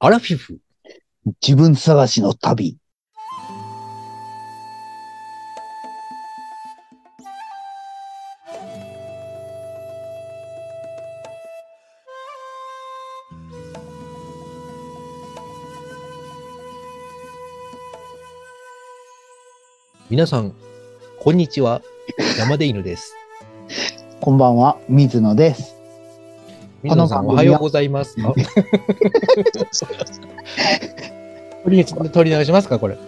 アラフィフ。自分探しの旅。皆さん、こんにちは。山で犬です。こんばんは、水野です。水野さん、おこの番組ははようございます。あとりあえず、 取り流しますか、これ。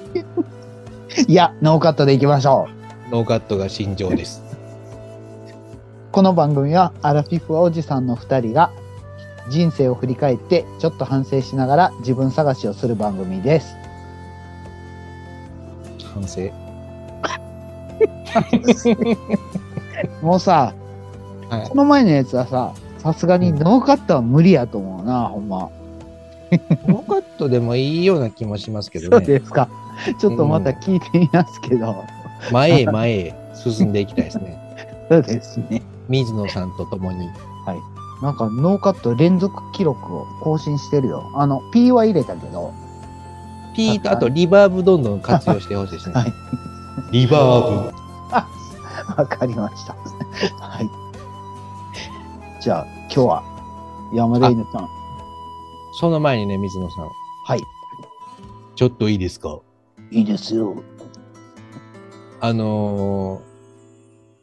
いや、ノーカットでいきましょう。ノーカットが心情です。この番組は、アラフィフおじさんの2人が、人生を振り返って、ちょっと反省しながら自分探しをする番組です。反省。もうさ、はいこの前のやつはさ、さすがにノーカットは無理やと思うな、ほんま。ノーカットでもいいような気もしますけどね。すか。ちょっとまた聞いてみますけど、前へ前へ進んでいきたいですね。 そうですね。水野さんと共に。なんかノーカット連続記録を更新してるよ。あの、P は入れたけど、ピーと、あとリバーブどんどん活用してほしいですね。はいリバー わかりました。はい。じゃあ、今日は、山田犬さん。ブ。その前にね、水野さん。はい。ちょっといいですかいいですよ。あのー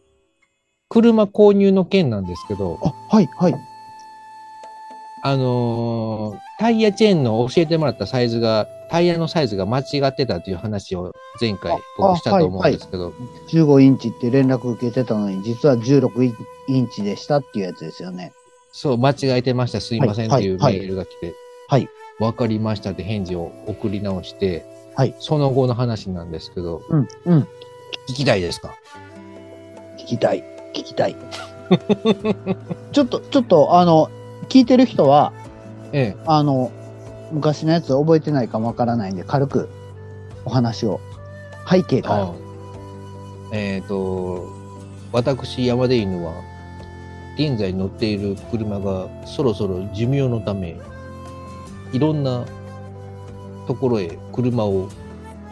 車購入の件なんですけど、あ、はい、はい。あのータイヤチェーンの教えてもらったサイズが、タイヤのサイズが間違ってたという話を前回ああ僕したと思うんですけど、 15インチって連絡受けてたのに、実は16インチでしたっていうやつですよね。そう、間違えてました、すいませんっはいていうメはいールが来て、はい。わかりましたって返事を送り直して、はいその後の話なんですけど、うん、うん。聞きたいですか聞きたい。聞きたい。 ちょっと、ちょっと、あの、聞いてる人は、ええ。あの、昔のやつ覚えてないかもわからないんで、軽くお話を。背景かあらあ。えっ、と、私、山出犬は、現在乗っている車がそろそろ寿命のため、いろんなところへ車を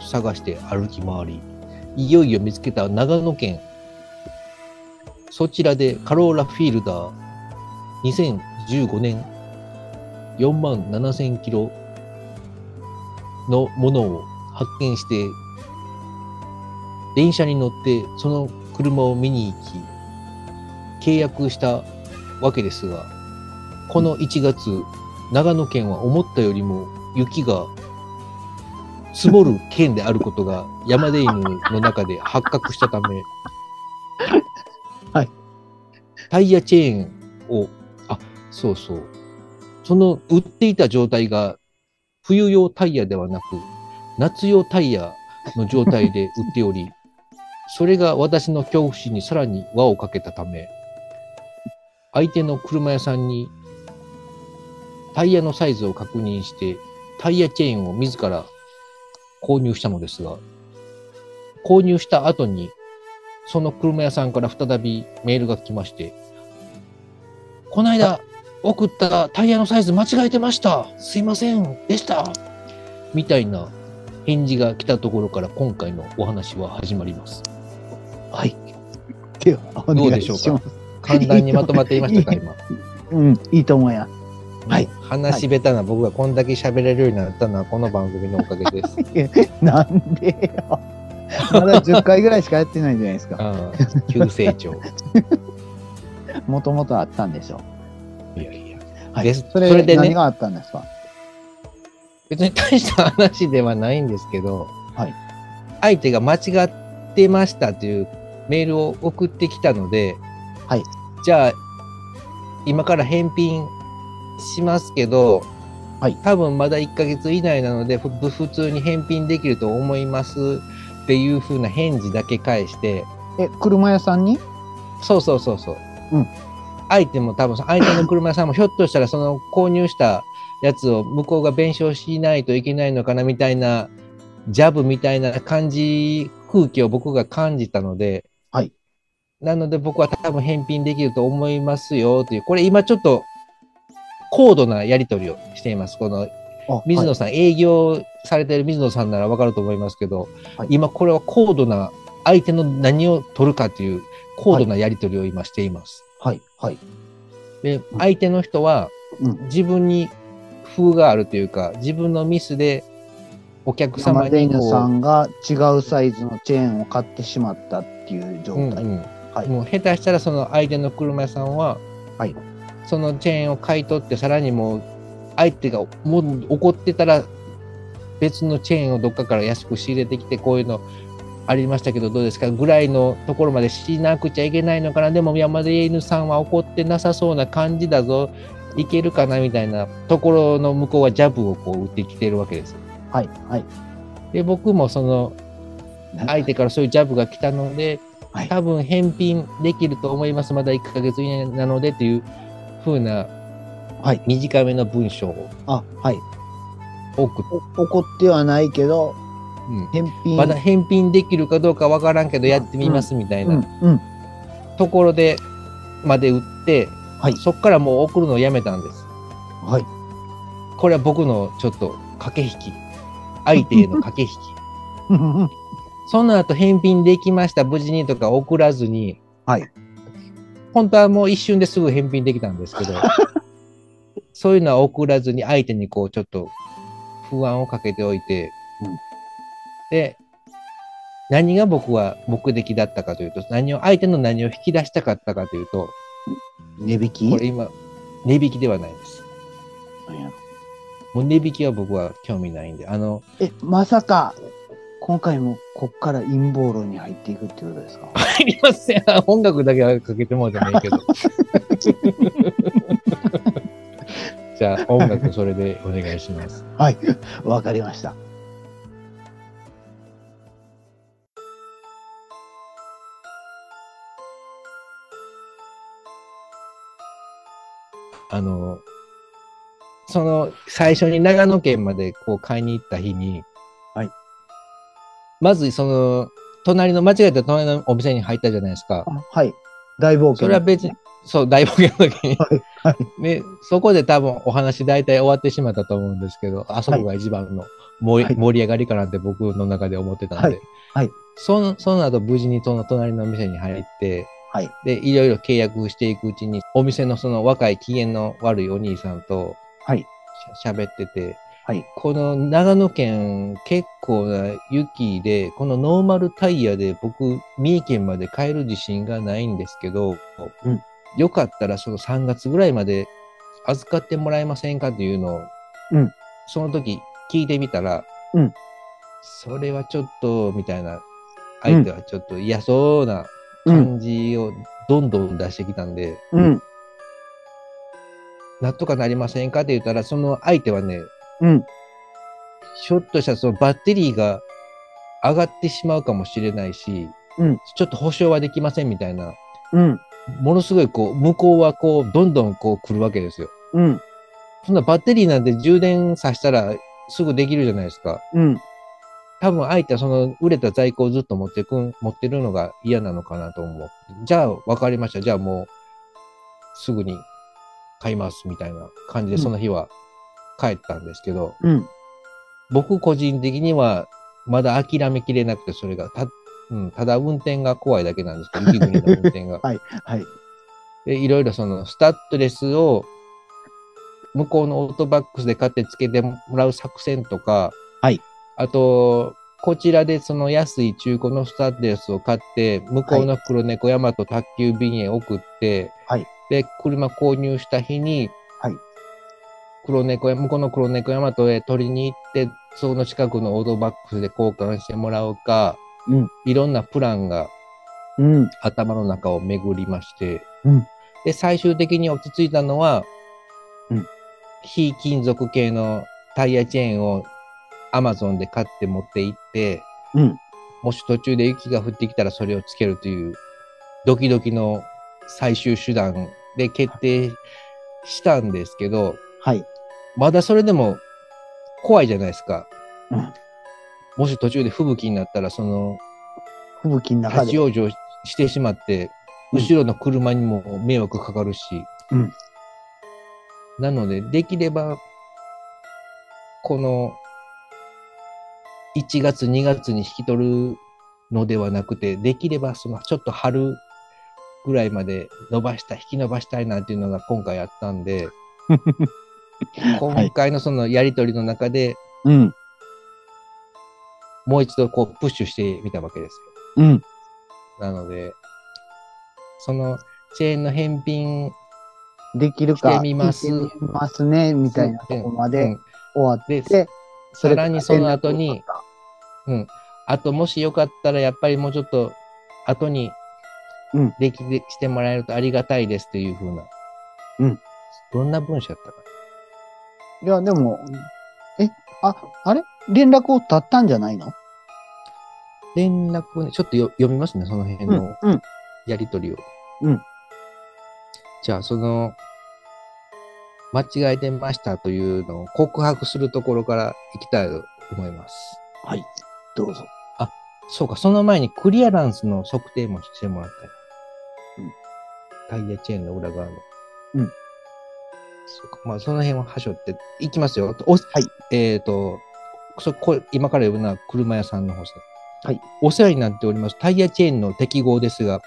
探して歩き回り、いよいよ見つけた長野県、そちらでカローラフィールダー2015年4万7000キロのものを発見して電車に乗ってその車を見に行き契約したわけですがこの1月長野県は思ったよりも雪が積もる県であることが山出犬の中で発覚したため、 はいタイヤチェーンをあそうそうその売っていた状態が冬用タイヤではなく夏用タイヤの状態で売っており、それが私の恐怖心にさらに輪をかけたため、相手の車屋さんにタイヤのサイズを確認して、タイヤチェーンを自ら購入したのですが、購入した後に、その車屋さんから再びメールが来まして、この間送ったタイヤのサイズ間違えてました。すいませんでした。みたいな返事が来たところから今回のお話は始まります。はい。では、おどう願でいししょうまかす。簡単にまとまっていました か、今。うん、いいと思います。はい話し下手な僕がこんだけ喋れるようになったのはこの番組のおかげです。 なんでよ。 まだ10回ぐらいしかやってないじゃないですか。 ああ急成長。もともとあったんでしょいやいや。う。はですそれそれでね何があったんですか別に大した話ではないんですけど、はい相手が間違ってましたというメールを送ってきたので、はいじゃあ今から返品しますけど、はい多分まだ1ヶ月以内なのでふ普通に返品できると思いますっていう風な返事だけ返してえ、車屋さんにそうそうそうそう、うん相手も多分相手の車屋さんもひょっとしたらその購入したやつを向こうが弁償しないといけないのかなみたいなジャブみたいな感じ空気を僕が感じたので、はいなので僕は多分返品できると思いますよというこれ今ちょっと高度なやり取りをしていますこのあ水野はいさん、営業されてる水野さんならわかると思いますけど、はい今これは高度な相手の何を取るかという高度なやり取りを今しています。はいはい。で、相手の人はうん自分に風があるというか、自分のミスでお客様山田に犬こうさんが違うサイズのチェーンを買ってしまったっていう状態。うんうんはいもう下手したらその相手の車屋さんは、はいそのチェーンを買い取ってさらにもう相手がもう怒ってたら別のチェーンをどっかから安く仕入れてきてこういうのありましたけどどうですかぐらいのところまでしなくちゃいけないのかなでも山田犬さんは怒ってなさそうな感じだぞいけるかなみたいなところの向こうはジャブをこう打ってきてるわけです。はいはい。で僕もその相手からそういうジャブが来たので、はい多分返品できると思います、まだ1ヶ月以内なのでというふうなはい短めの文章をあはい。送っお怒ってはないけどうん返品。まだ返品できるかどうかわからんけど、やってみますみたいうんなうんところでまで売って、はいそこからもう送るのをやめたんです。 はいこれは僕のちょっと駆け引き、相手への駆け引き。うんうんその後返品できました、無事にとか送らずに、はい本当はもう一瞬ですぐ返品できたんです けど、そういうのは送らずに相手にこうちょっと不安をかけておいて、うんで、何が僕は目的だったかというと、何を、相手の何を引き出したかったかというと、値引きこれ今、値引きではないです。なんやろもう値引きは僕は興味ないんで、あの、えまさか今回もこっから陰謀論に入っていくってこと ですか。入りません。音楽だけはかけてもらってもいいけど。 じゃあ、音楽それでお願いします。はいわかりました。あの、その、最初に長野県までこう買いに行った日に、はい。まず、その、隣の、間違えた隣のお店に入ったじゃないですか。あはい大冒険。それは別に、そう、大冒険の時に。はいはいね、そこで多分お話大体終わってしまったと思うんですけど、あそこが一番の盛り,、はい盛り上がりかなって僕の中で思ってたんで、はいはいそのその後無事にその隣の店に入って、はいで、いろいろ契約していくうちに、お店のその若い機嫌の悪いお兄さんとはいしゃ喋ってて、はいこの長野県結構な雪で、このノーマルタイヤで僕、三重県まで帰る自信がないんですけど、うんよかったらその3月ぐらいまで預かってもらえませんかっていうのを、うんその時聞いてみたら、うんそれはちょっと、みたいな、相手はちょっと嫌そうな感じをどんどん出してきたんで、うんなんとかなりませんかって言ったら、その相手はね、うんひょっとしたらそのバッテリーが上がってしまうかもしれないし、うんちょっと保証はできませんみたいな、うんものすごいこう、向こうはこう、どんどんこう来るわけですよ。うんそんなバッテリーなんて充電させたらすぐできるじゃないですか。うん多分相手はその売れた在庫をずっと持ってくん、持ってるのが嫌なのかなと思う。じゃあ分かりました。じゃあもうすぐに買いますみたいな感じでうんその日は帰ったんですけど、うん僕個人的にはまだ諦めきれなくてそれがた、うん、ただ運転が怖いだけなんですけど、雪国の運転が。はいで、いろいろそのスタッドレスを向こうのオートバックスで買ってつけてもらう作戦とか、はい。あと、こちらでその安い中古のスタッドレスを買って、向こうの黒猫ヤマト宅急便へ送って、はい。で、車購入した日に、はい。黒猫や、向こうの黒猫ヤマトへ取りに行って、その近くのオートバックスで交換してもらうか、うん。いろんなプランがうん頭の中を巡りまして、うんで、最終的に落ち着いたのは、うん非金属系のタイヤチェーンを Amazon で買って持って行って、うんもし途中で雪が降ってきたらそれをつけるという、ドキドキの最終手段で決定したんですけど、はいまだそれでも怖いじゃないですか。うんもし途中で吹雪になったら、その、吹雪の中立ちで往生してしまって、うん後ろの車にも迷惑かかるし、うんなので、できれば、この1月2月に引き取るのではなくて、できればそのちょっと春ぐらいまで伸ばした、引き伸ばしたいなっていうのが今回あった んで、今回のそのやりとりの中でうん。もう一度こうプッシュしてみたわけですよ。うん。なので、そのチェーンの返品できるか。してみます聞いてみますね、みたいなとこまうでん終わっでて、それさらにその後に、あともしよかったらやっぱりもうちょっと後にうんできてしてもらえるとありがたいですっていうふうな。うん。どんな文章やったかいや、でも、え、あ、あれ連絡を絶ったんじゃないの連絡をね、ちょっとよ読みますね、その辺のうん。やりとりを。うんじゃあ、その、間違えてましたというのを告白するところからいきたいと思います。はい。どうぞ。そうか、その前にクリアランスの測定もしてもらったよ。タイヤチェーンの裏側の。うんそうか、まあその辺ははしょって、いきますよ。おはい。えっ、と、そこ今から呼ぶのは車屋さんの方ですね。はい。お世話になっております。タイヤチェーンの適合ですが、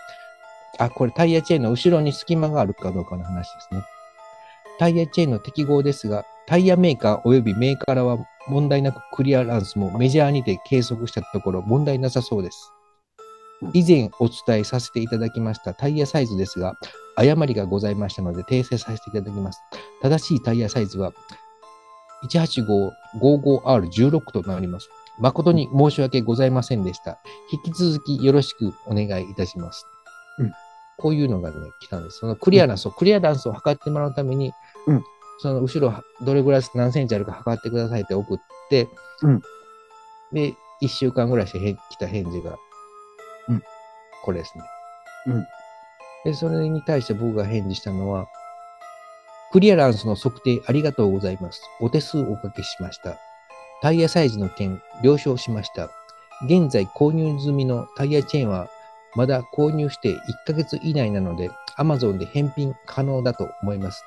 あ、これタイヤチェーンの後ろに隙間があるかどうかの話ですね。タイヤチェーンの適合ですが、タイヤメーカー及びメーカーらは問題なくクリアランスもメジャーにて計測したところ問題なさそうです。以前お伝えさせていただきましたタイヤサイズですが、誤りがございましたので訂正させていただきます。正しいタイヤサイズは 185-55R16 となります。誠に申し訳ございませんでした。引き続きよろしくお願いいたします。うんこういうのがね、来たんです。そのクリアランスを、クリアランスを測ってもらうために、うんその後ろはどれぐらい何センチあるか測ってくださいって送って、うんで、1週間ぐらいしてへん来た返事が、うんこれですね。うんで、それに対して僕が返事したのは、クリアランスの測定ありがとうございます。お手数おかけしました。タイヤサイズの件、了承しました。現在購入済みのタイヤチェーンは、まだ購入して1ヶ月以内なので、Amazon で返品可能だと思います。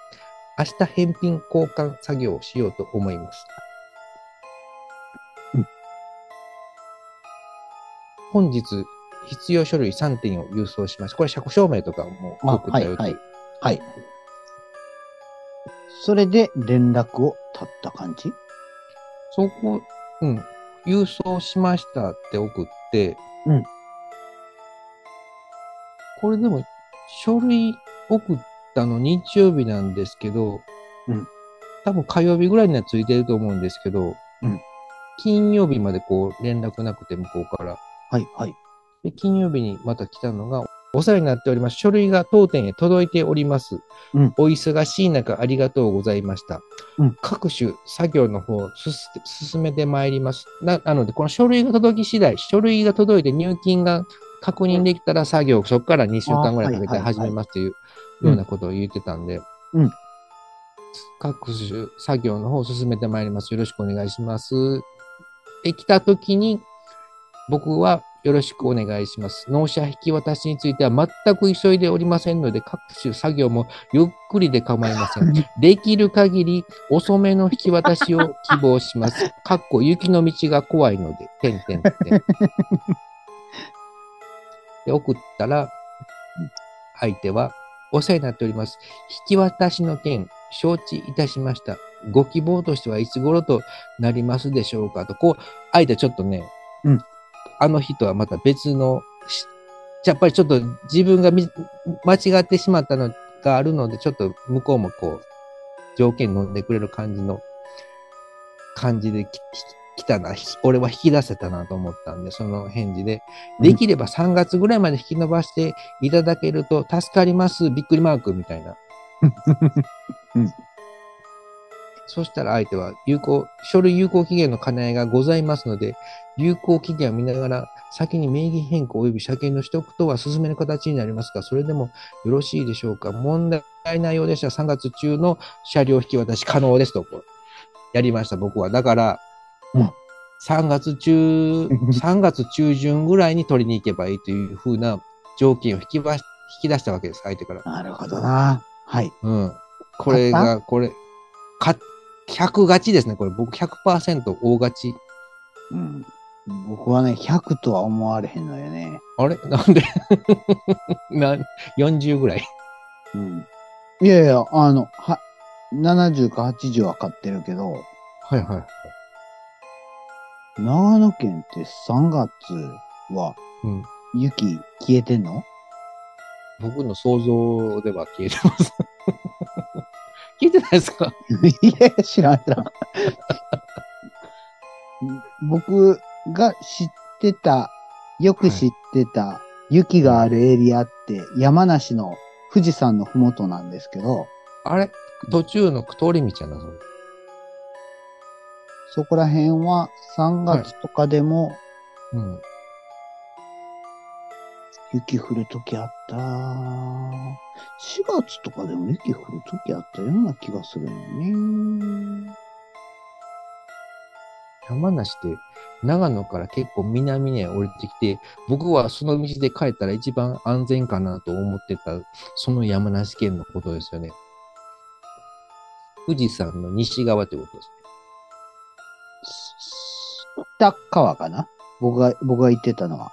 明日返品交換作業をしようと思います。うん本日、必要書類3点を郵送しました。これ、車庫証明とかもあ送ったよとはいはい。はい。それで連絡を絶った感じそこ、うん、郵送しましたって送って、うんこれでも、書類送ったの日曜日なんですけど、うん多分火曜日ぐらいにはついてると思うんですけど、うん金曜日までこう連絡なくて向こうから。はい、はい。で、金曜日にまた来たのが、お世話になっております。書類が当店へ届いております。うんお忙しい中、ありがとうございました。うん各種作業の方すす、進めてまいります。ななので、この書類が届き次第、書類が届いて入金が確認できたら作業、そこから2週間ぐらいかけあはいはていはい始めますというようなことを言ってたんで、うん各種作業の方を進めてまいります。よろしくお願いします。で、来た時に、僕はよろしくお願いします。納車引き渡しについては全く急いでおりませんので、各種作業もゆっくりで構いません。 できる限り遅めの引き渡しを希望し ます。かっこ雪の道が怖いので、てんてんて ん。で、送ったら、相手は、お世話になっております。引き渡しの件、承知いたしました。ご希望としてはいつ頃となりますでしょうかと、こう、相手ちょっとね、あの人はまた別のし、やっぱりちょっと自分がみ間違ってしまったのがあるので、ちょっと向こうもこう、条件飲んでくれる感じの、感じできき来たな、ひ俺は引き出せたなと思ったんで、その返事で、うんできれば3月ぐらいまで引き伸ばしていただけると助かります、びっくりマークみたいな。そしたら相手は、有効、書類有効期限の兼ね合いがございますので、有効期限を見ながら、先に名義変更及び車検の取得等は進める形になりますが、それでもよろしいでしょうか。問題内容でしたら3月中の車両引き渡し可能ですと、こうやりました、僕は。だから、うん3月中、3月中旬ぐらいに取りに行けばいいというふうな条件を引きば引き出したわけです、相手から。なるほどな。はい。うん。これが、これ、買っ100勝ちですね、これ。僕100%大勝ち。うん。僕はね、100とは思われへんのよね。あれ なんでな ?40 ぐらい。うん。いやいや、あの、は、70か80は買ってるけど、はいはい。長野県って3月はうん、雪消えてんの僕の想像では消えてます。 消えてないですか いや、知らん、知らん。僕が知ってた、よく知ってた、雪があるエリアって、山梨の富士山のふもとなんですけど、あれ途中の通り道やな、それ。そこら辺は3月とかでもうん。雪降るときあった。4月とかでも雪降るときあったような気がするよね。山梨って、長野から結構南に降りてきて、僕はその道で帰ったら一番安全かなと思ってた、その山梨県のことですよね。富士山の西側ってことですね。北川かな僕が、僕が言ってたのは。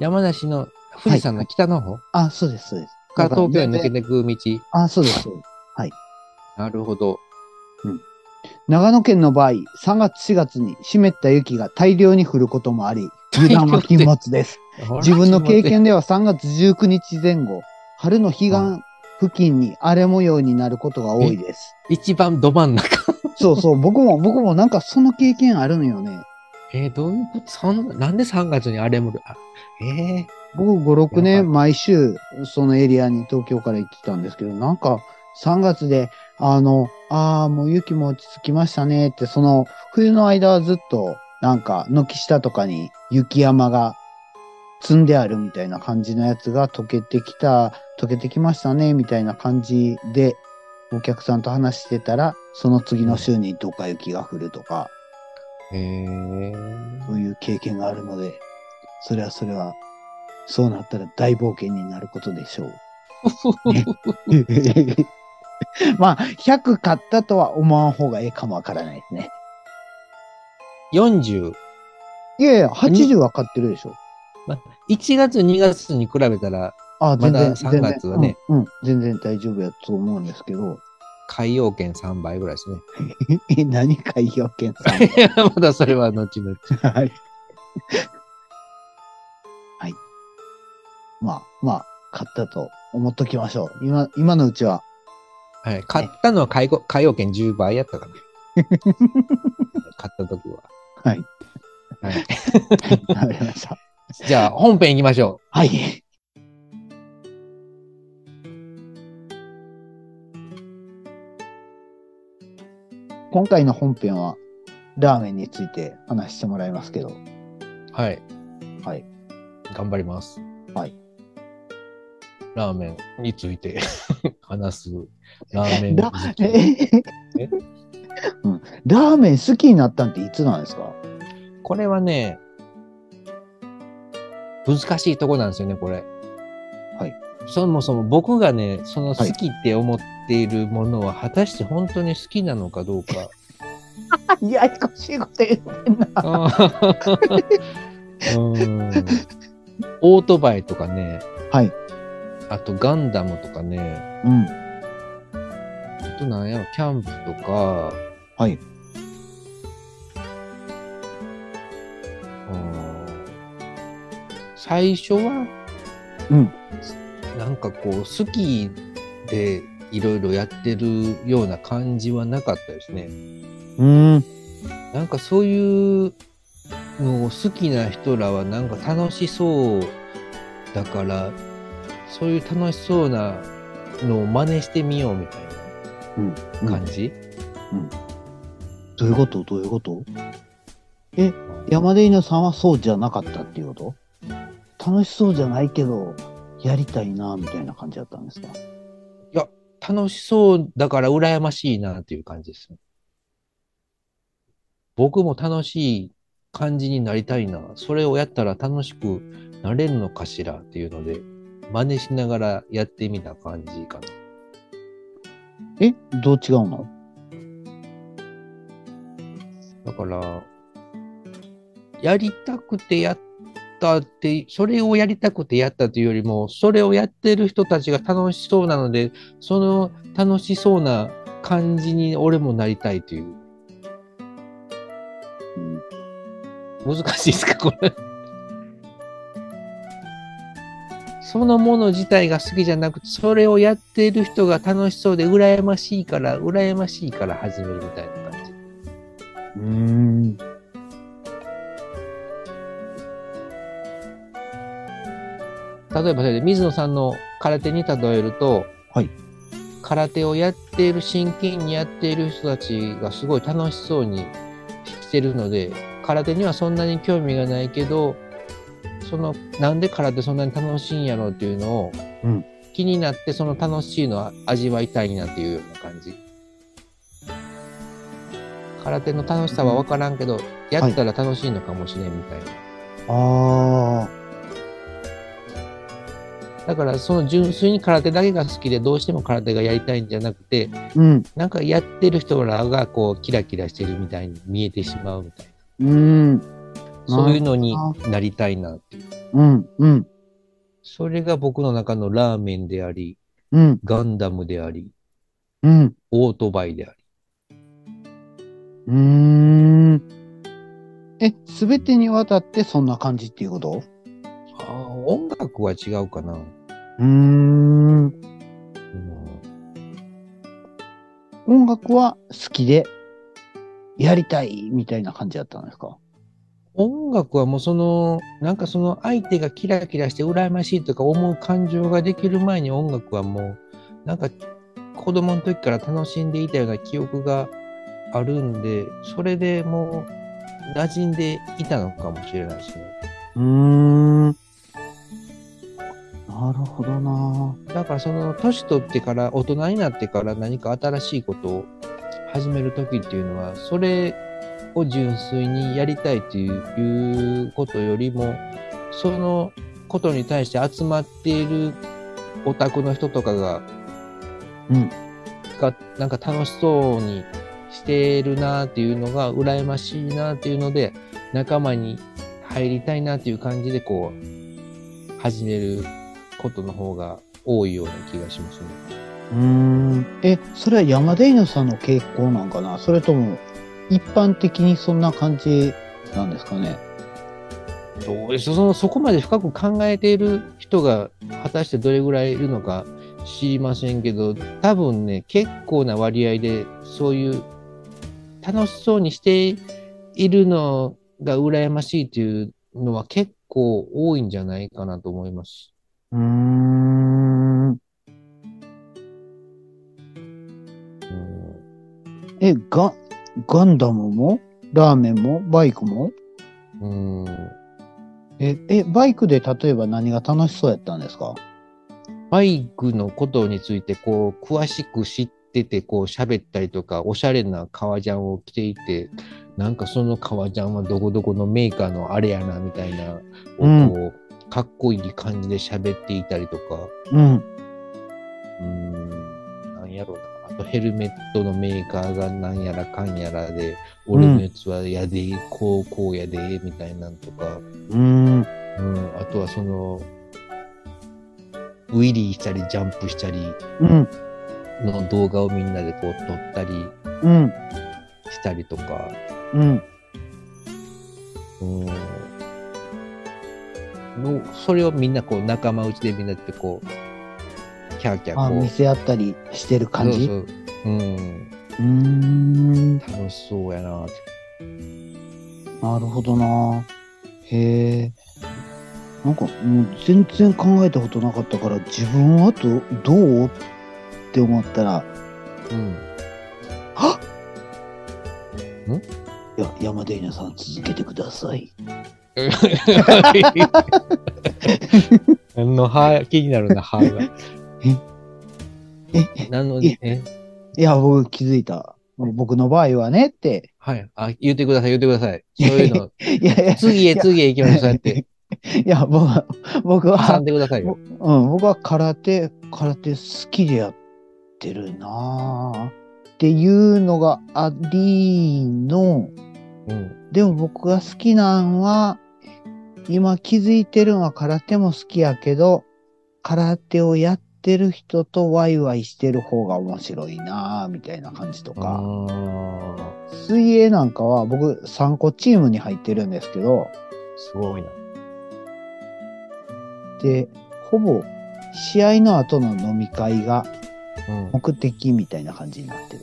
山梨の富士山の北の方、あ、そうです、そうです。から東京に抜けて。ていく道。あ、そうです、そうです。なるほど。長野県の場合、3月4月に湿った雪が大量に降ることもあり、油断は禁物です。自分の経験では3月19日前後、春の彼岸付近に荒れ模様になることが多い です。一番ど真ん中。そうそう、僕も、僕もなんかその経験あるのよね。えー、どういうことそんな、なんで3月にあれもるあえ僕5、6や年ばい毎週そのエリアに東京から行ってたんですけど、なんか3月で、あの、ああ、もう雪も落ち着きましたねって、その冬の間はずっとなんか軒下とかに雪山が積んであるみたいな感じのやつが溶けてきた、溶けてきましたねみたいな感じでお客さんと話してたら、その次の週にどか雪が降るとか、ー、えー、そういう経験があるので、それはそれは、そうなったら大冒険になることでしょう。 まあ、100買ったとは思わん方がええかもわからないですね。 40。いやいや、80は買ってるでしょ。 1月、2月に比べたら、あ全然、まだ3月は全ね然、うん。うん全然大丈夫やと思うんですけど。 海洋圏3倍ぐらいですね。 え、何か要件さん。いやまだそれは後々。はい。はい。まあ、まあ、買ったと思っときましょう。今、今のうちははい、買ったのは海洋海洋圏10倍やったかな。 買った時は。はい。はい。わかりました。じゃあ、本編行きましょ はい。今回の本編は、ラーメンについて話してもらいますけど、う。はい。はい。頑張ります。はい。ラーメンについて 話す。ラーメンラ好 き。えうんラーメン好きになったんっていつなんですかこれはね、難しいとこなんですよね、これ。はい。そもそも僕がね、その好きって思っているものは、果たして本当に好きなのかどうか。ややこしいこと言ってんな。うんオートバイとかね、はい。あとガンダムとかね、うん。あとなんやろ、キャンプとか、はい。うん最初は、うん。なんかこう、好きでいろいろやってるような感じはなかったですね。うん。なんかそういうのを好きな人らはなんか楽しそうだから、そういう楽しそうなのを真似してみようみたいな感じ、どういうことどういうことえ、山出犬さんはそうじゃなかったっていうこと楽しそうじゃないけど、やりたいな、みたいな感じだったんですか楽しそうだから羨ましいなっていう感じですね。僕も楽しい感じになりたいな。それをやったら楽しくなれるのかしらっていうので、真似しながらやってみた感じかな。えどう違うのだから、やりたくてやったって、それをやりたくてやったというよりも、それをやってる人たちが楽しそうなので、その楽しそうな感じに俺もなりたいという。うん難しいですか、これ。そのもの自体が好きじゃなくて、それをやってる人が楽しそうで、羨ましいから、羨ましいから始めるみたいな感じ。うーん。例えばそれで水野さんの空手に例えると、はい空手をやっている真剣にやっている人たちがすごい楽しそうにしてるので空手にはそんなに興味がないけどそのなんで空手そんなに楽しいんやろうっていうのを、うん気になってその楽しいのを味わいたいなっていうような感じ。空手の楽しさは分からんけど、やったら楽しいのかもしれんみたいな。あだからその純粋に空手だけが好きでどうしても空手がやりたいんじゃなくてあ。うん。なんかやってる人らがこうキラキラしてるみたいに見えてしまうみたいうん。なそういうのになりたいなっていううん。うん。それが僕の中のラーメンでありうん。ガンダムでありうん。オートバイでありうーん。え、すべてにわたってそんな感じっていうことあー音楽は違うかな、うーん。うん音楽は好きで、やりたいみたいな感じだったんですか音楽はもうそのなんかその相手がキラキラして羨ましいとか思う感情ができる前に音楽はもうなんか子供の時から楽しんでいたような記憶があるんでそれでもう馴染んでいたのかもしれないですねうーん。なるほどなだからその年取ってから大人になってから何か新しいことを始める時っていうのはそれを純粋にやりたいといういうことよりもそのことに対して集まっているオタクの人とかが、うんがなんか楽しそうにしてるなっていうのが羨ましいなっていうので仲間に入りたいなっていう感じでこう始めることの方が多いような気がしますね。うーん。え、それは山田犬さんの傾向なんかなそれとも、一般的にそんな感じなんですかねどうでしょうそのそこまで深く考えている人が果たしてどれぐらいいるのか知りませんけど多分ね結構な割合でそういう楽しそうにしているのが羨ましいというのは結構多いんじゃないかなと思います。うーん。うん、え、ガ、ガンダムもラーメンもバイクもうんえ、え、バイクで例えば何が楽しそうやったんですかバイクのことについてこう詳しく知っててこう喋ったりとかおしゃれな革ジャンを着ていてなんかその革ジャンはどこどこのメーカーのあれやなみたいなをこう、うんかっこいい感じで喋っていたりとかうん。うーんなんやろうなあとヘルメットのメーカーがなんやらかんやらで俺のやつはやで、こうこうやでみたいなんとか。うーん。うん、あとはその、ウィリーしたり、ジャンプしたりうん。の動画をみんなでこう撮ったりうん。したりとか、うん。うん、のそれをみんなこう仲間内でみんなってこう、キャーキャあ、ーこう、見せ合ったりしてる感じそううそううん、ーん。な楽しそうやなって。るほどな。へえ。なんか、もう全然考えたことなかったから、自分はどどうって思ったら、うん、いや、山田稲さん続けてください。の歯気になるな歯 が。え、なので、えいや、僕気づいた。僕の場合はねって。はい。あ、言ってください、言ってください。そうい うの、いやいや、次へ次へ行き ましょう、そうやって。いや、僕は、僕挟はん、でくださいぼよ。うん、僕は空手、空手好きでやってるなぁっていうのがありの、うん。でも僕が好きなんは、今気づいてるのは空手も好きやけど、空手をやってる人とワイワイしてる方が面白いなぁ、みたいな感じとあか。水泳なんかは僕3個チームに入ってるんですけど、ーすごいな。で、ほぼ試合の後の飲み会がうん。目的みたいな感じになってる。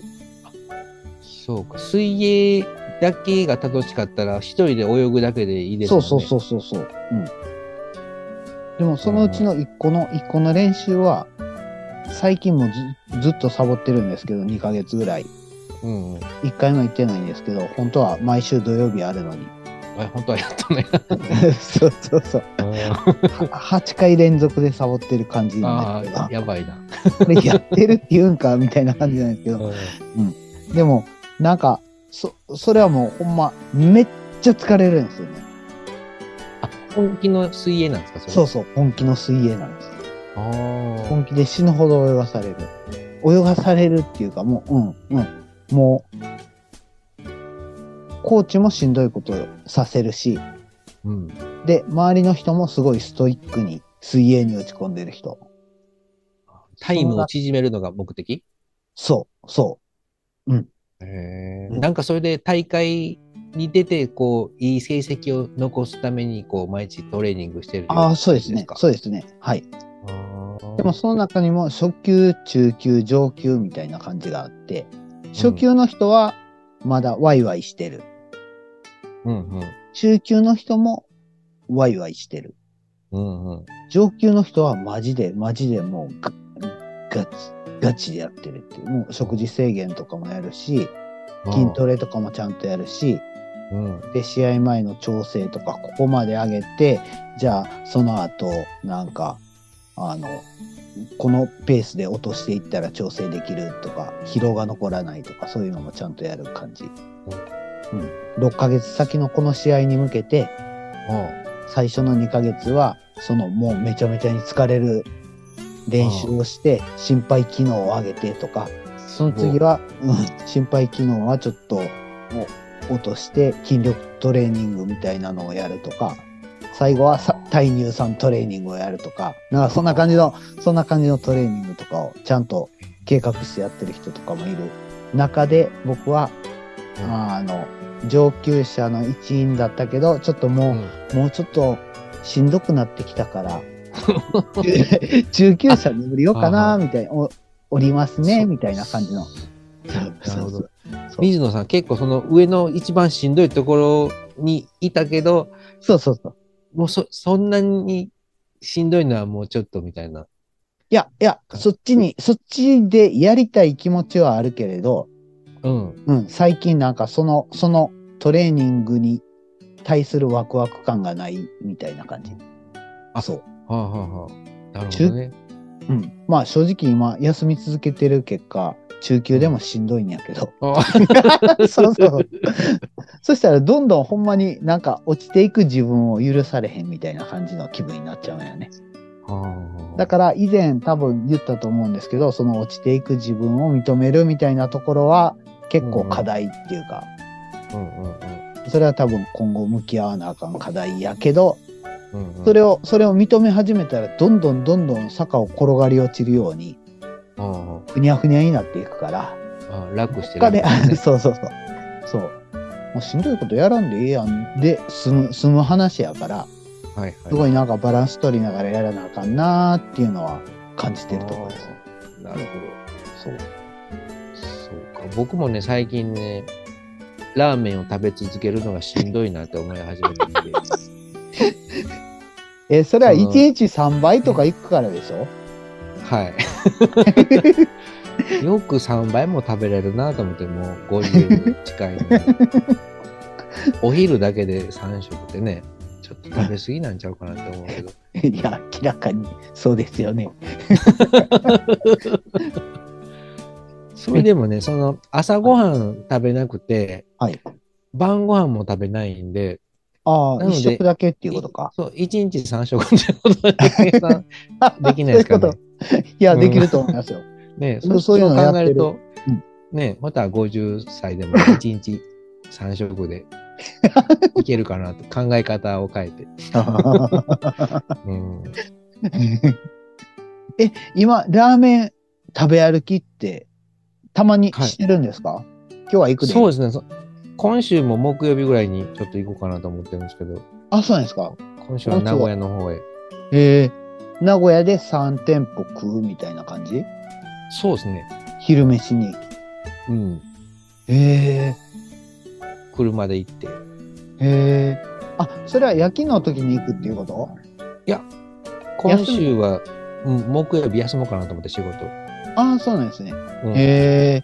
そうか。水泳だけが楽しかったら、一人で泳ぐだけでいいですそもうんね。そうそうそうそう。うん。でもそのうちの一個の、一個の練習は、最近もずずっとサボってるんですけど、2ヶ月ぐらい。う。うん、うん。一回も行ってないんですけど、本当は毎週土曜日あるの に。あ本当はやったね。そうそうそう。は8回連続でサボってる感じなんあですけあ、ど、やばいな。これやってるって言うんかみたいな感じなんですけど、うでも、なんか、そ、それはもうほんま、めっちゃ疲れるんですよね。ん、本気の水泳なんですかそれそうそう、本気の水泳なんです。あ本気で死ぬほど泳がされる。泳がされるっていうか、もう、うん、うん。もう、コーチもしんどいことをさせるし、ーうん。で、周りの人もすごいストイックに水泳に打ち込んでる人。タイムを縮めるのが目的そう、そうんなんかそれで大会に出て、こう、いい成績を残すために、こう、毎日トレーニングしてるう。ああ、そうですね。かそうですね。はい。あでもその中にも初級、中級、上級みたいな感じがあって、初級の人はまだワイワイしてる。ーうんうん。中級の人もワイワイしてる。うんうん。上級の人はマジで、マジでもうガガチ、ガチでやってるっていう。もう食事制限とかもやるし、筋トレとかもちゃんとやるし、うん。で、試合前の調整とか、ここまで上げて、じゃあ、その後、なんか、あの、このペースで落としていったら調整できるとか、疲労が残らないとか、そういうのもちゃんとやる感じ。うん。6ヶ月先のこの試合に向けて、あ最初の2ヶ月は、そのもうめちゃめちゃに疲れる練習をして、心肺機能を上げてとか、その次は、うん、心肺機能はちょっともう落として筋力トレーニングみたいなのをやるとか、最後はさ耐乳酸トレーニングをやるとか、なんかそんな感じの、そんな感じのトレーニングとかをちゃんと計画してやってる人とかもいる中で、僕は、うんあの、上級者の一員だったけど、ちょっともう、もうちょっとしんどくなってきた から、中級者に降りようかあな、みたいな、お降りますね、そみたいな感じの。なるほど。そう水野さん、結構その上の一番しんどいところにいたけど、そうそうそう。もうそ、そんなにしんどいのはもうちょっとみたいな。いや、いや、そっちに、そっちでやりたい気持ちはあるけれど、うん。うん、最近なんかその、そのトレーニングに対するワクワク感がないみたいな感じ。あそう。はあはあはあ。なるほどね。うん。まあ正直今休み続けてる結果、中級でもしんどいんやけど。 あそうそう。そしたらどんどんほんまになんか落ちていく自分を許されへんみたいな感じの気分になっちゃうんやね。はあだから以前多分言ったと思うんですけど、その落ちていく自分を認めるみたいなところは結構課題っていうか、うんうんそれは多分今後向き合わなあかん課題やけど、うんうんうん。それを、それを認め始めたらどんどんどんどん坂を転がり落ちるように、あふにゃふにゃになっていくから、あああ楽して他楽で、してねそうそうそう。そう。もうしんどいことやらんでええやんで済む、済む話やから、はいすはごいなんかバランス取りながらやらなあかんなーっていうのは感じてるところです。い。なるほど。そう。そうか。僕もね、最近ね、ラーメンを食べ続けるのがしんどいなって思い始め てきて。え、それはそ1の日3倍とかいくからでしょはい。 よく3倍も食べれるなと思って、もう50近いのに。お昼だけで3食ってね、ちょっと食べ過ぎなんちゃうかなって思うけど。いや、明らかにそうですよね。それでもね、その朝ごはん食べなくて、はい。晩ご飯も食べないんで、ああ、なので1食だけっていうことか。そう、1日3食ってことで計算できないです かそういねう。こと。いや、うんできると思います よ。ね僕そそうういいうのうのやっ考てえるるとうん、 ねまた50歳でも1日3食でいけるかなと考え方を変えて。うん、え、今、ラーメン食べ歩きって、たまにしてるんですか、今日は行くで。そうですね。そ今週も木曜日ぐらいにちょっと行こうかなと思ってるんですけど、あ、そうなんですか。今週は名古屋の方へ。えー、名古屋で3店舗食うみたいな感じそうですね。昼飯に。うん。え車で行って。いー、えー。あ、それは夜勤の時に行くっていうことや、今週は、うん、木曜日休もうかなと思って仕事。ああ、そうなんですね。うんへえ、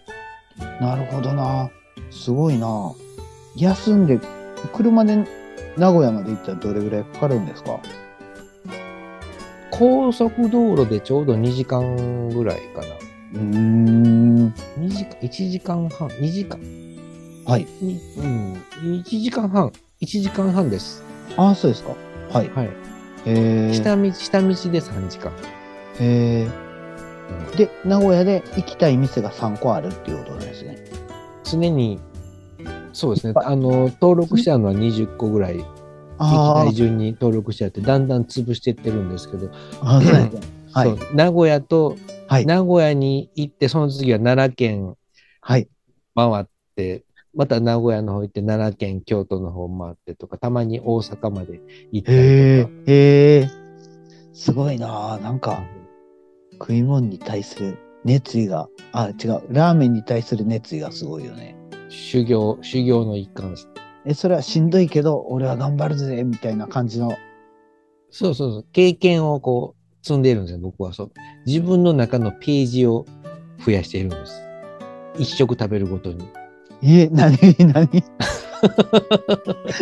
なるほどな。すごいな。休んで、車で名古屋まで行ったらどれぐらいかかるんですか高速道路でちょうど2時間ぐらいかな。うーん。 2時間、1時間半、2時間。はい。にうん、1時間半、1時間半です。ああ、そうですか。はい。はい。へえ。下道、下道で3時間。へうんえ。で、名古屋で行きたい店が3個あるっていうことですね。常に、そうですね、あの、登録してあるのは20個ぐらい、歴あ代順に登録してあって、だんだん潰していってるんですけど、あ、ああそうなんですね。はそ。いう名古屋と、はい名古屋に行って、その次は奈良県はい。回って、また名古屋の方行って、奈良県、京都の方回ってとか、たまに大阪まで行ったりへえとか。。へえ。すごいな。なんか、食い物に対する熱意が、あ、違う。ラーメンに対する熱意がすごいよね。修行、修行の一環です。え、それはしんどいけど、俺は頑張るぜ、みたいな感じの。そうそうそう。経験をこう、積んでいるんですよ、僕は。そう。自分の中のページを増やしているんです。一食食べるごとに。え、なに、なに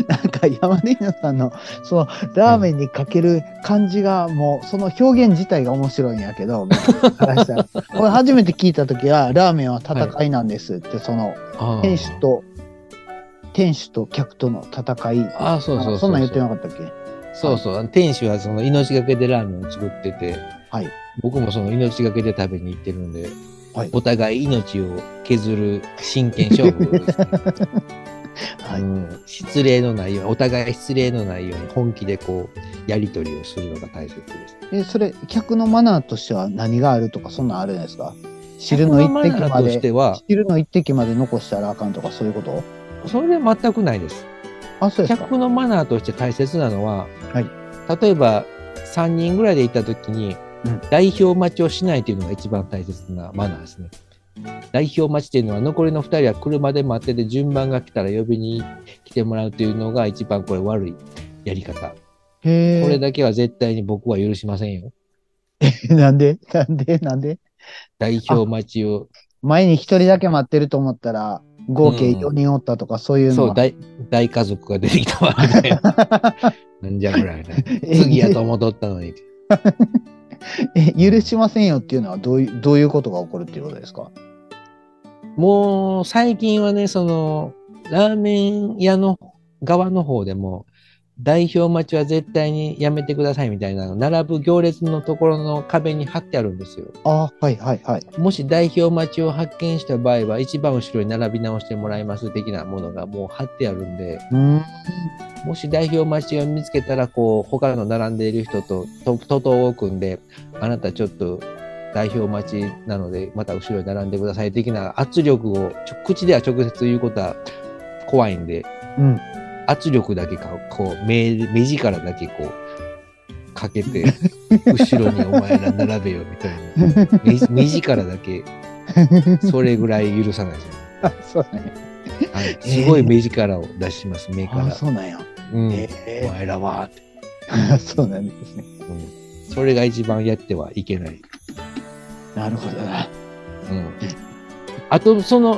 なんか山根犬さんの、その、ラーメンにかける感じが、もう、その表現自体が面白いんやけど、みたいな話したら これ初めて聞いた時は、ラーメンは戦いなんですって、その、あ店主と、店主と客との戦い。ああ、そうそうそうあそんなん言ってなかったっけそうそう。店主はその命がけでラーメンを作ってて、はい僕もその命がけで食べに行ってるんで、はいお互い命を削る真剣勝負ですね、 はい。うん失礼のないように、お互い失礼のないように本気でこう、やりとりをするのが大切です。え、それ、客のマナーとしては何があるとか、そんなんあるんですか汁の一マ滴ナまーとでし。ては、昼の一滴まで残したらあかんとかそういうことそれで全くないです。あ、そうですか。客のマナーとして大切なのは、はい例えば3人ぐらいで行った時に、うん代表待ちをしないというのが一番大切なマナーですね。代表待ちというのは残りの2人は車で待ってて順番が来たら呼びに来てもらうというのが一番これ悪いやり方。へこれえ。だけは絶対に僕は許しませんよ。 なんでなんでなんで代表待ちを。前に一人だけ待ってると思ったら、合計うん4人おったとかそういうそのう、は。大大家族が出てきたわみた いな。なんじゃこりゃみたいな。次やと思っとったのに。え許しませんよっていうのはどういう、どういうことが起こるっていうことですかもう最近はね、その、ラーメン屋の側の方でも、代表待ちは絶対にやめてくださいみたいなの、並ぶ行列のところの壁に貼ってあるんですよ。あはいはいはい。もし代表待ちを発見した場合は、一番後ろに並び直してもらいます的なものがもう貼ってあるんで、うーん。もし代表待ちを見つけたら、こう、他の並んでいる人と、と、ととを組んで、あなたちょっと、代表待ちなので、また後ろに並んでください的な圧力を、ちょ口では直接言うことは怖いんで、うん。圧力だけか、こう、目、目力だけこう、かけ て、後ろにお前ら並べよみたいな。目目力だけ、それぐらい許さないですね。あそうね。 はい、すごい目力を出します、目かあら。そうなんや。うんへおえ前らは、 そうなんですね。うん、それが一番やってはいけない。なるほどな。うん、あと、その、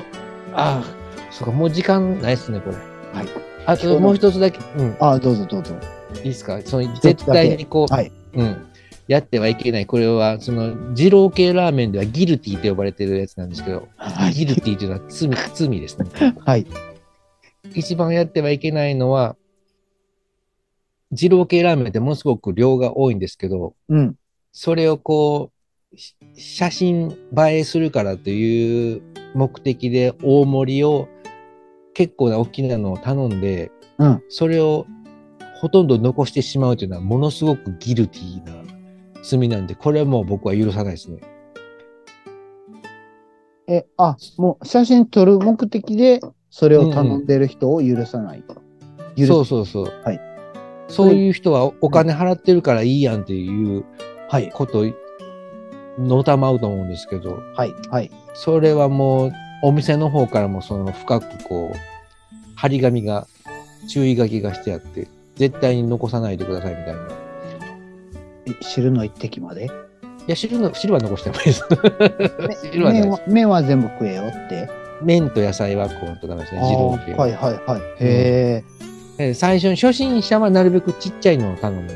ああ、そうか、もう時間ないっすね、これ。はい。あと、もう一つだけ、うん、あどうぞどうぞ。いいですか、そのつだけ絶対にこう、はいうん、やってはいけない、これは、その、二郎系ラーメンではギルティと呼ばれてるやつなんですけど、はい。ギルティというのは罪、 罪ですね。はい。一番やってはいけないのは、二郎系ラーメンってものすごく量が多いんですけど、うん。それをこう、し写真映えするからという目的で大盛りを結構な大きなのを頼んで、うんそれをほとんど残してしまうというのはものすごくギルティーな罪なんで、これはもう僕は許さないですね。え、あ、もう写真撮る目的で、それを頼んでる人を許さない。許そうす。そうそう。はいそういう人はお金払ってるからいいやんっていうはい、ことのたまうと思うんですけど、はい、はい。それはもうお店の方からもその深くこう、張り紙が、注意書きがしてあって、絶対に残さないでくださいみたいな。汁の一滴まで。いや、汁の、汁は残してもいいです。 汁はな麺いではす。麺は全部食えよって。麺と野菜はこうとダメですね。二郎系あーはいはいはい。へえ。え。最初に初心者はなるべくちっちゃいのを頼む。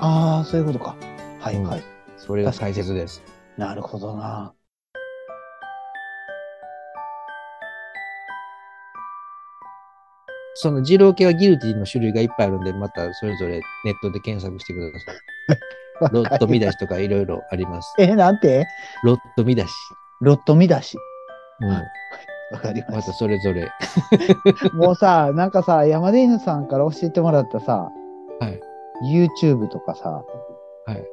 ああ、そういうことか。はいうんはい。それが大切です。なるほどな。その二郎系はギルティの種類がいっぱいあるんで、またそれぞれネットで検索してください。ロット見出しとかいろいろあります。 え、なんてロット見出し。ロット見出し。うん。はいわかりまましたそれぞれ。た。もうさ、なんかさ、山田犬さんから教えてもらったさ、はい。 YouTube とかさ、はい。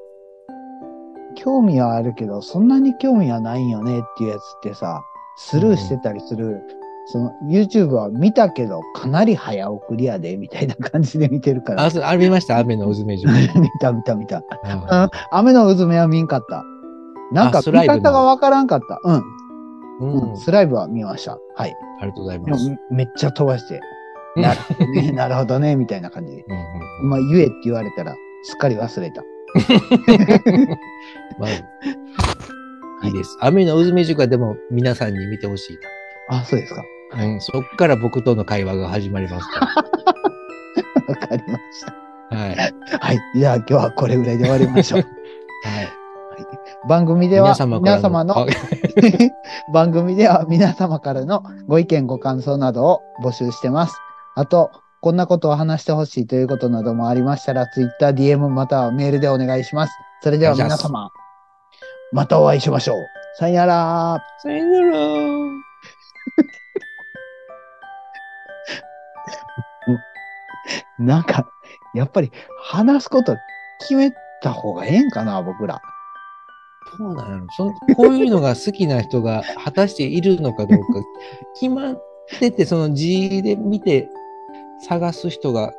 興味はあるけど、そんなに興味はないよねっていうやつってさ、スルーしてたりする、その YouTube は見たけど、かなり早送りやで、みたいな感じで見てるからあ、。そうあ見ました雨のうずめ状。 見た見た見た。あ雨のうずめは見んかった。なんかあス見ライブ方のがわからんかった。うん、うん。うあん。スライブは見ました。はい。りがとうございでもます。めっちゃ飛ばして、うんなるほどね、 なるほどね、みたいな感じで。うんうんうんまあ、言えって言われたら、すっかり忘れた。まあ、いいです。雨のうずめ塾はでも皆さんに見てほしいあ、そうですか。 な、うん。そっから僕との会話が始まりますかわかりましら。 はい。はい。た。はい。じゃあ今日はこれぐらいで終わりまし ょう。番組では皆様から皆様のあ 番組では皆様からのご意見ご感想などを募集してます。あと、こんなことを話してほしいということなどもありましたら、Twitter、DM またはメールでお願いします。それではお願いし皆ます様、またお会いしましょう。さよなら。さよなら。なんか、やっぱり話すこと決めた方がええんかな、僕ら。どうなのそのこういうのが好きな人が果たしているのかどう か、決まってて、その字で見て探す人がい、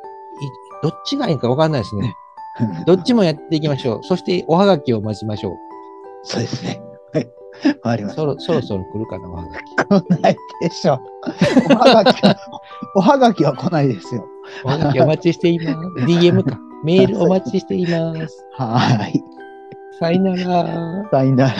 どっちがいいかわかんないですね。どっちもやっていきましょう。そして、おはがきを待ちましょ そうですね。はい。わかりう。ましたそ。ろそろそろ来るかな、おはがき。来ないでし ょ。おはがきは、おはがきは来ないですよ。おはがきお待ちしてい ます。DM か。メールお待ちしています。はーい。さよなら。さよなら。